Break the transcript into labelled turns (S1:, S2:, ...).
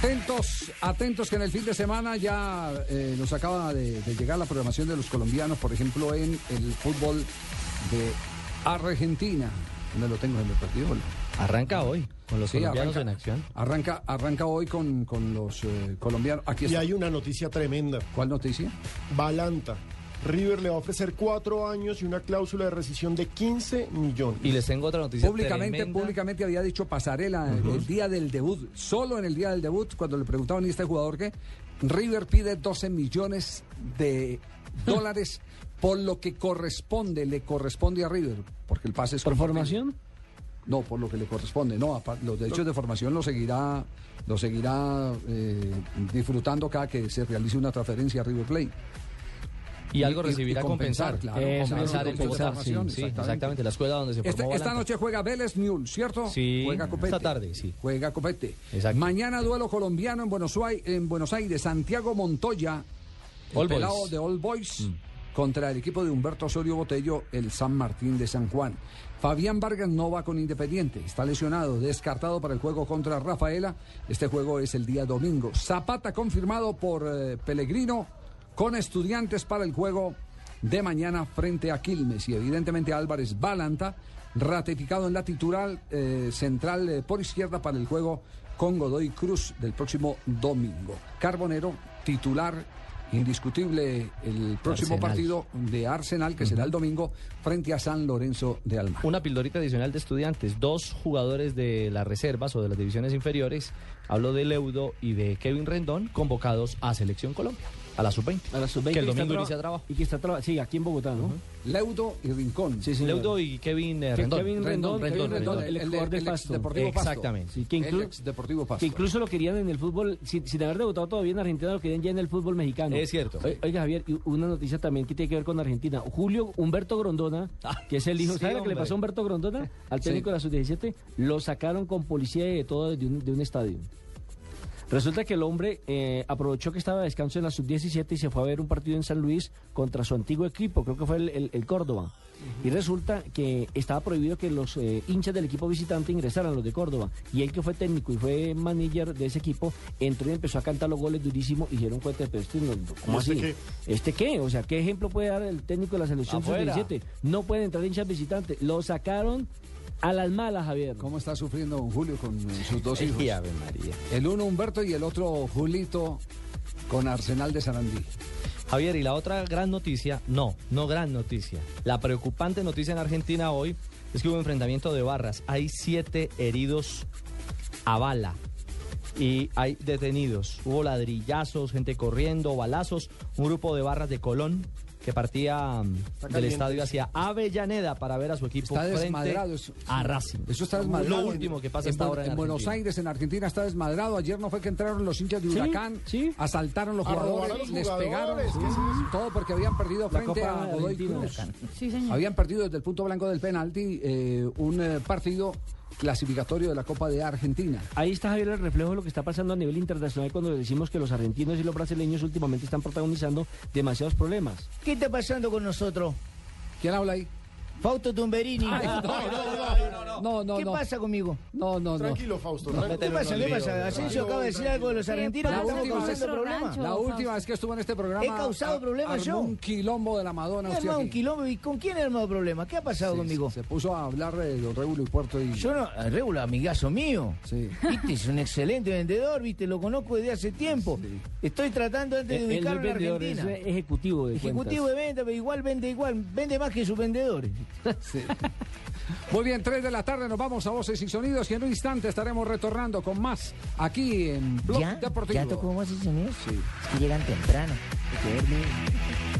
S1: Atentos, atentos que en el fin de semana ya eh, nos acaba de, de llegar la programación de los colombianos, por ejemplo, en el fútbol de Argentina. ¿Dónde lo tengo en el partido?
S2: Arranca hoy con los
S1: Sí,
S2: colombianos
S1: arranca.
S2: en acción.
S1: Arranca, arranca hoy con, con los eh, colombianos. Aquí
S3: Y
S1: está.
S3: hay una noticia tremenda.
S1: ¿Cuál noticia?
S3: Balanta. River le va a ofrecer cuatro años y una cláusula de rescisión de 15 millones.
S2: Y les tengo otra noticia.
S1: Públicamente,
S2: tremenda.
S1: públicamente había dicho pasarela el día del debut, solo en el día del debut, cuando le preguntaban a este jugador que River pide 12 millones de dólares por lo que corresponde, le corresponde a River, porque el pase es
S4: ¿Por
S1: compartido.
S4: formación?
S1: No, por lo que le corresponde. No, apar- los derechos de formación los seguirá, los seguirá eh, disfrutando cada que se realice una transferencia a River Plate.
S2: Y algo
S1: y- y
S2: recibirá
S1: compensar,
S2: compensar.
S1: claro,
S4: Eso,
S2: compensar el
S4: compensar,
S1: sí,
S2: total. sí,
S1: exactamente.
S2: exactamente. La escuela donde se
S1: Este-
S2: formó
S1: esta
S2: Balanta.
S1: noche juega Vélez Newell, ¿cierto?
S2: Sí,
S1: Juega Copete.
S2: esta tarde, sí.
S1: Juega Copete.
S2: Exacto.
S1: Mañana duelo colombiano en Buenos, Ai- en Buenos Aires. Santiago Montoya, el
S2: All Boys. Mm.
S1: pelado de All Boys, contra el equipo de Humberto Osorio Botello, el San Martín de San Juan. Fabián Vargas no va con Independiente, está lesionado, descartado para el juego contra Rafaela. Este juego es el día domingo. Zapata confirmado por eh, Pellegrino con estudiantes para el juego de mañana frente a Quilmes y evidentemente Álvarez Balanta ratificado en la titular eh, central eh, por izquierda para el juego con Godoy Cruz del próximo domingo. Carbonero titular indiscutible el próximo
S2: Arsenal.
S1: partido de Arsenal que será el domingo frente a San Lorenzo de Almagro.
S2: Una pildorita adicional de estudiantes. Dos jugadores de las reservas o de las divisiones inferiores. Hablo de Leudo y de Kevin Rendón, convocados a Selección Colombia, a la sub-20.
S4: A las sub-20
S2: Que el
S4: está
S2: domingo
S4: traba-
S2: inicia trabajo.
S4: Y que está trabajando, sí, aquí en Bogotá, ¿no?
S1: Leudo y Rincón.
S4: Sí, señor.
S2: Leudo y Kevin eh,
S4: Que-
S2: Rendón.
S4: Kevin Rendón, Kevin Rendón, el
S1: el,
S4: exjugador de
S1: el
S4: Pasto.
S1: exdeportivo Pasto.
S2: Exactamente.
S4: Sí, que,
S1: El
S4: inclu-
S1: exdeportivo
S4: que
S1: Pasto.
S4: incluso lo querían en el fútbol, sin, sin haber debutado todavía en Argentina, lo querían ya en el fútbol mexicano.
S2: Es cierto.
S4: O- Oiga, Javier, y una noticia también que tiene que ver con Argentina. Julio Humberto Grondona, que es el hijo,
S2: Ah, sí,
S4: ¿sabe lo que le
S2: hombre.
S4: pasó a Humberto Grondona? Al técnico de la sub-17, lo sacaron con policía y de todo de un, de un estadio. Resulta que el hombre eh, aprovechó que estaba de descanso en la sub-17 y se fue a ver un partido en San Luis contra su antiguo equipo, creo que fue el, el- el Córdoba. Y resulta que estaba prohibido que los eh, hinchas del equipo visitante ingresaran, los de Córdoba. Y él que fue técnico y fue manager de ese equipo, entró y empezó a cantar los goles durísimo y dieron cuenta, pero este no- ¿cómo
S3: ¿Este
S4: así?
S3: qué?
S4: ¿Este qué? O sea, ¿qué ejemplo puede dar el técnico de la selección
S2: Afuera.
S4: sub-17? No pueden entrar hinchas visitantes. Lo sacaron a las malas, Javier.
S1: ¿Cómo está sufriendo don Julio con eh, sus dos hijos?
S2: Y Ave María.
S1: El uno Humberto y el otro Julito con Arsenal de Sarandí.
S2: Javier, y la otra gran noticia, no, no gran noticia. La preocupante noticia en Argentina hoy es que hubo enfrentamiento de barras. Hay siete heridos a bala y hay detenidos. Hubo ladrillazos, gente corriendo, balazos. Un grupo de barras de Colón que partía mm, del
S3: caliente.
S2: estadio hacia Avellaneda para ver a su equipo
S1: Está
S2: frente
S1: desmadrado. eso-
S2: a Racing.
S1: Eso está desmadrado.
S2: Lo último que pasa
S1: en,
S2: hasta
S1: Bu-
S2: ahora en
S1: en Buenos
S2: Argentina.
S1: Aires, en Argentina, está desmadrado. Ayer no fue que entraron los hinchas de
S4: Sí,
S1: Huracán,
S4: sí.
S1: asaltaron los
S3: A robar a
S1: jugadores,
S3: los
S1: les pegaron.
S3: jugadores, ¿qué es eso?
S1: Todo porque habían perdido
S4: La
S1: frente
S4: Copa
S1: a Godoy
S4: Argentina.
S1: Cruz.
S5: Sí, señor.
S1: Habían perdido desde el punto blanco del penalti eh, un eh, partido clasificatorio de la Copa de Argentina.
S4: Ahí está Javier el reflejo de lo que está pasando a nivel internacional cuando decimos que los argentinos y los brasileños últimamente están protagonizando demasiados problemas.
S6: ¿Qué está pasando con nosotros?
S1: ¿Quién habla ahí?
S6: Fausto Tumberini.
S1: No, no,
S6: ¿Qué
S1: no.
S6: pasa conmigo?
S1: No, no, no.
S3: Tranquilo, Fausto. tranquilo.
S6: ¿Qué pasa? ¿Qué pasa? Asensio acaba de decir algo de los argentinos.
S1: La
S6: que estamos
S1: última vez-
S6: causando
S5: Nuestro
S6: problemas.
S5: rancho.
S1: La última vez que estuvo en este programa.
S6: He causado
S1: ar-
S6: problemas
S1: armó
S6: yo.
S1: un quilombo de la Madonna.
S6: He
S1: usted
S6: armado un
S1: aquí.
S6: quilombo. ¿Y con quién he armado problemas? ¿Qué ha pasado
S1: Sí,
S6: conmigo?
S1: Se, se puso a hablar de Don Regulo y Puerto y.
S6: Yo no, Regula, amigazo mío.
S1: Sí.
S6: Viste, es un excelente vendedor, viste, lo conozco desde hace tiempo. Estoy tratando antes de
S4: El- el no es
S6: ubicarlo en
S4: vendedor,
S6: Argentina.
S1: eh,
S4: es ejecutivo de
S6: Ejecutivo de
S4: cuentas.
S6: venta, pero igual vende igual, vende más que sus vendedores.
S1: Sí. Muy bien, 3 de la tarde nos vamos a Voces y Sonidos y en un instante estaremos retornando con más aquí en Blog
S6: ¿Ya?
S1: Deportivo.
S6: ¿Ya tocó más y sonido? Sí. Es que llegan temprano. Hay que dormir.